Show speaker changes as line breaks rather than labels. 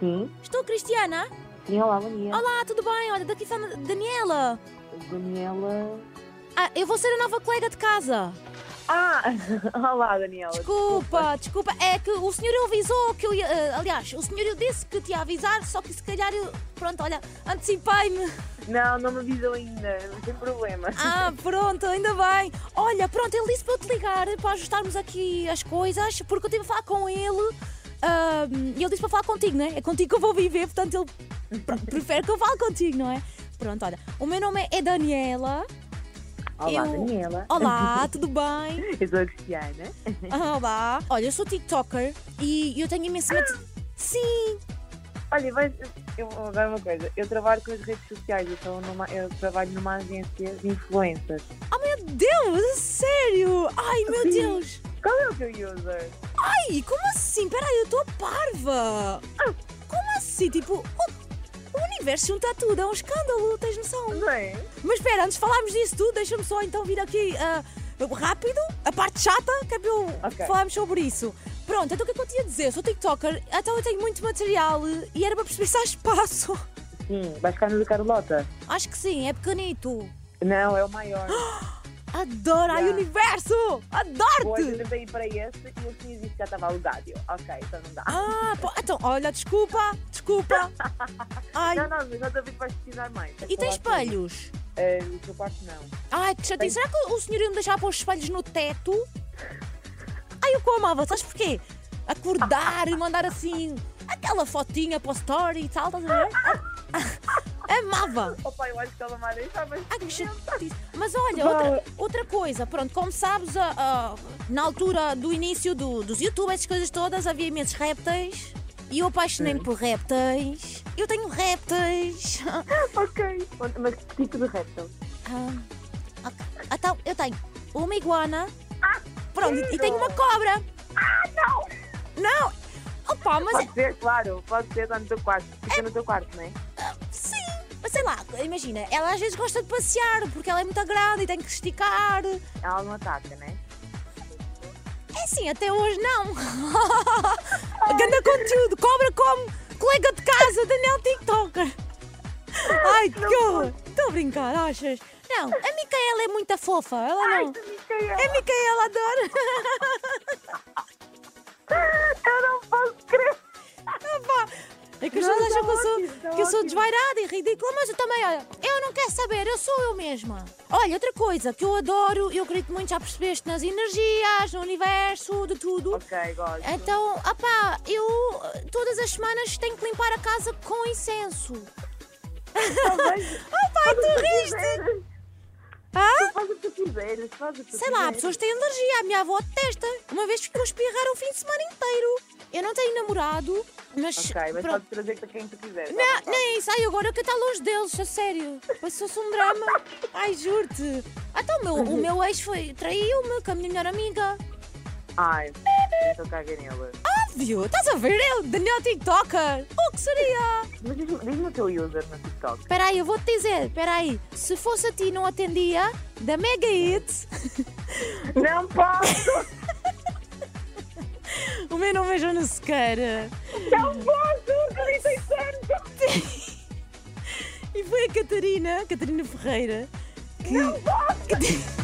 Sim.
Estou Cristiana.
Sim, olá, bom dia.
Olá, tudo bem? Olha, daqui está a Daniela.
Daniela.
Ah, eu vou ser a nova colega de casa.
Ah! Olá, Daniela.
Desculpa, desculpa. É que o senhor avisou que eu ia. eh, aliás, o senhor disse que te ia avisar, só que se calhar eu. Pronto, olha, antecipei-me.
Não, não me avisou ainda, não tem problema.
Ah, pronto, ainda bem. Olha, pronto, ele disse para eu te ligar para ajustarmos aqui as coisas, porque eu estive a falar com ele ah, e ele disse para falar contigo, não é? É contigo que eu vou viver, portanto ele pr- prefere que eu fale contigo, não é? Pronto, olha, o meu nome é Daniela. Ah,
Olá,
eu- Oh.
Daniela.
Olá, tudo bem?
Eu sou a né? Cristiana.
Ah, Olá. Olha, eu sou TikToker e eu tenho imenso medo. Sim,
Olha, vais, eu vou dar uma coisa. Eu trabalho com as redes sociais, eu, sou numa- eu trabalho numa agência de influencers.
meu Deus, a sério. Ai, meu
Sim.
Deus.
Qual é o teu user?
Ai, como assim? Peraí, eu estou parva!
Ah.
Como assim? Tipo, o, o universo junta tudo, é um escândalo, tens noção?
Não é?
Mas espera, antes de falarmos disso tudo, deixa-me só então vir aqui ah, rápido, a parte chata, que é para eu
Ok.
falarmos sobre isso. Pronto, então o que é que eu tinha a dizer? Eu sou TikToker, então eu tenho muito material eh, e era para perceber se há espaço.
Sim, vais ficar no do Carlota?
Acho que sim, é pequenito.
Não, é o maior.
Adoro, ai
Yeah.
universo!
Hoje eu
Adoro-te!
tentei ir para este e eu tinha visto que já estava alugado. Eu, Ok, então não dá.
Ah, pô, então, olha, desculpa, desculpa. Ai,
Não, não, mas outra vez vais precisar mais.
e tem
tens
espelhos?
o é- Eh, teu quarto não.
Ai, que chatice. Será que o senhor ia me deixar pôr os espelhos no teto? Ai, eu que o amava, sabes porquê? Acordar e mandar assim aquela fotinha para o story e tal, estás a ver? Ah, Amava!
Opa, eu acho que ela mais estava.
Ai, que chatice. Mas olha, outra, outra coisa, pronto, como sabes, a- a- na altura do início do- dos YouTube, essas coisas todas, havia imensos répteis e eu apaixonei-me por répteis. Eu tenho répteis.
Ok. Mas que tipo de réptil?
Ah, ok. Então, eu tenho uma iguana. Pronto, e tenho uma cobra. não! Não! Opa, mas
Pode ser, claro. Pode ser, está no teu quarto. Fica no teu quarto, não é?
sim, mas sei lá, imagina, ela às vezes gosta de passear porque ela é muito grande e tem que se esticar. É
Ela não ataca, não é?
assim, até hoje não. Ganda conteúdo, cobra como colega de casa, Daniel TikToker. Ai, que horror! Estou a brincar, achas? Não, a Micaela é muito fofa, ela
Ai,
não. É
que Micaela,
A Micaela adora.
eu não posso crer.
Pá, É que as
Não,
pessoas acham
tá
que eu sou,
ótimo, tá
que eu sou
ótimo.
desvairada e ridícula, mas eu também, olha, eu não quero saber, eu sou eu mesma. Olha, outra coisa que eu adoro, eu acredito muito, já percebeste, nas energias, no universo, de tudo.
Ok, gosto.
Então, opá, eu eh, todas as semanas tenho que limpar a casa com incenso.
Talvez.
Opá, tu
é,
riste!
quiseres.
Hã?
Tu faz o que tu quiseres. Faz o que tu
Sei lá, há
quiseres.
pessoas que têm alergia, a minha avó detesta. Uma vez ficou a espirrar o fim de semana inteiro. Eu não tenho namorado, mas.
Ok, mas
pronto.
pode trazer para quem tu quiseres.
Não, nem isso. Ai, agora que está longe deles, a sério. Passou-se um drama. Ai, juro-te. Até o meu,
Uhum.
o meu ex foi traiu-me com a minha melhor amiga.
Ai, então caguei nela.
Óbvio, estás a ver? Eu, Daniel TikToker. O que seria?
Mas diz-me diz-me o teu user no TikTok.
Espera aí, eu vou-te dizer. Espera aí. Se fosse a ti, não atendia. Da Mega Hits.
Não posso!
O meu nome é Joana Sequeira.
Não posso! 36 anos!
E foi a Catarina, Catarina Ferreira. Que... Não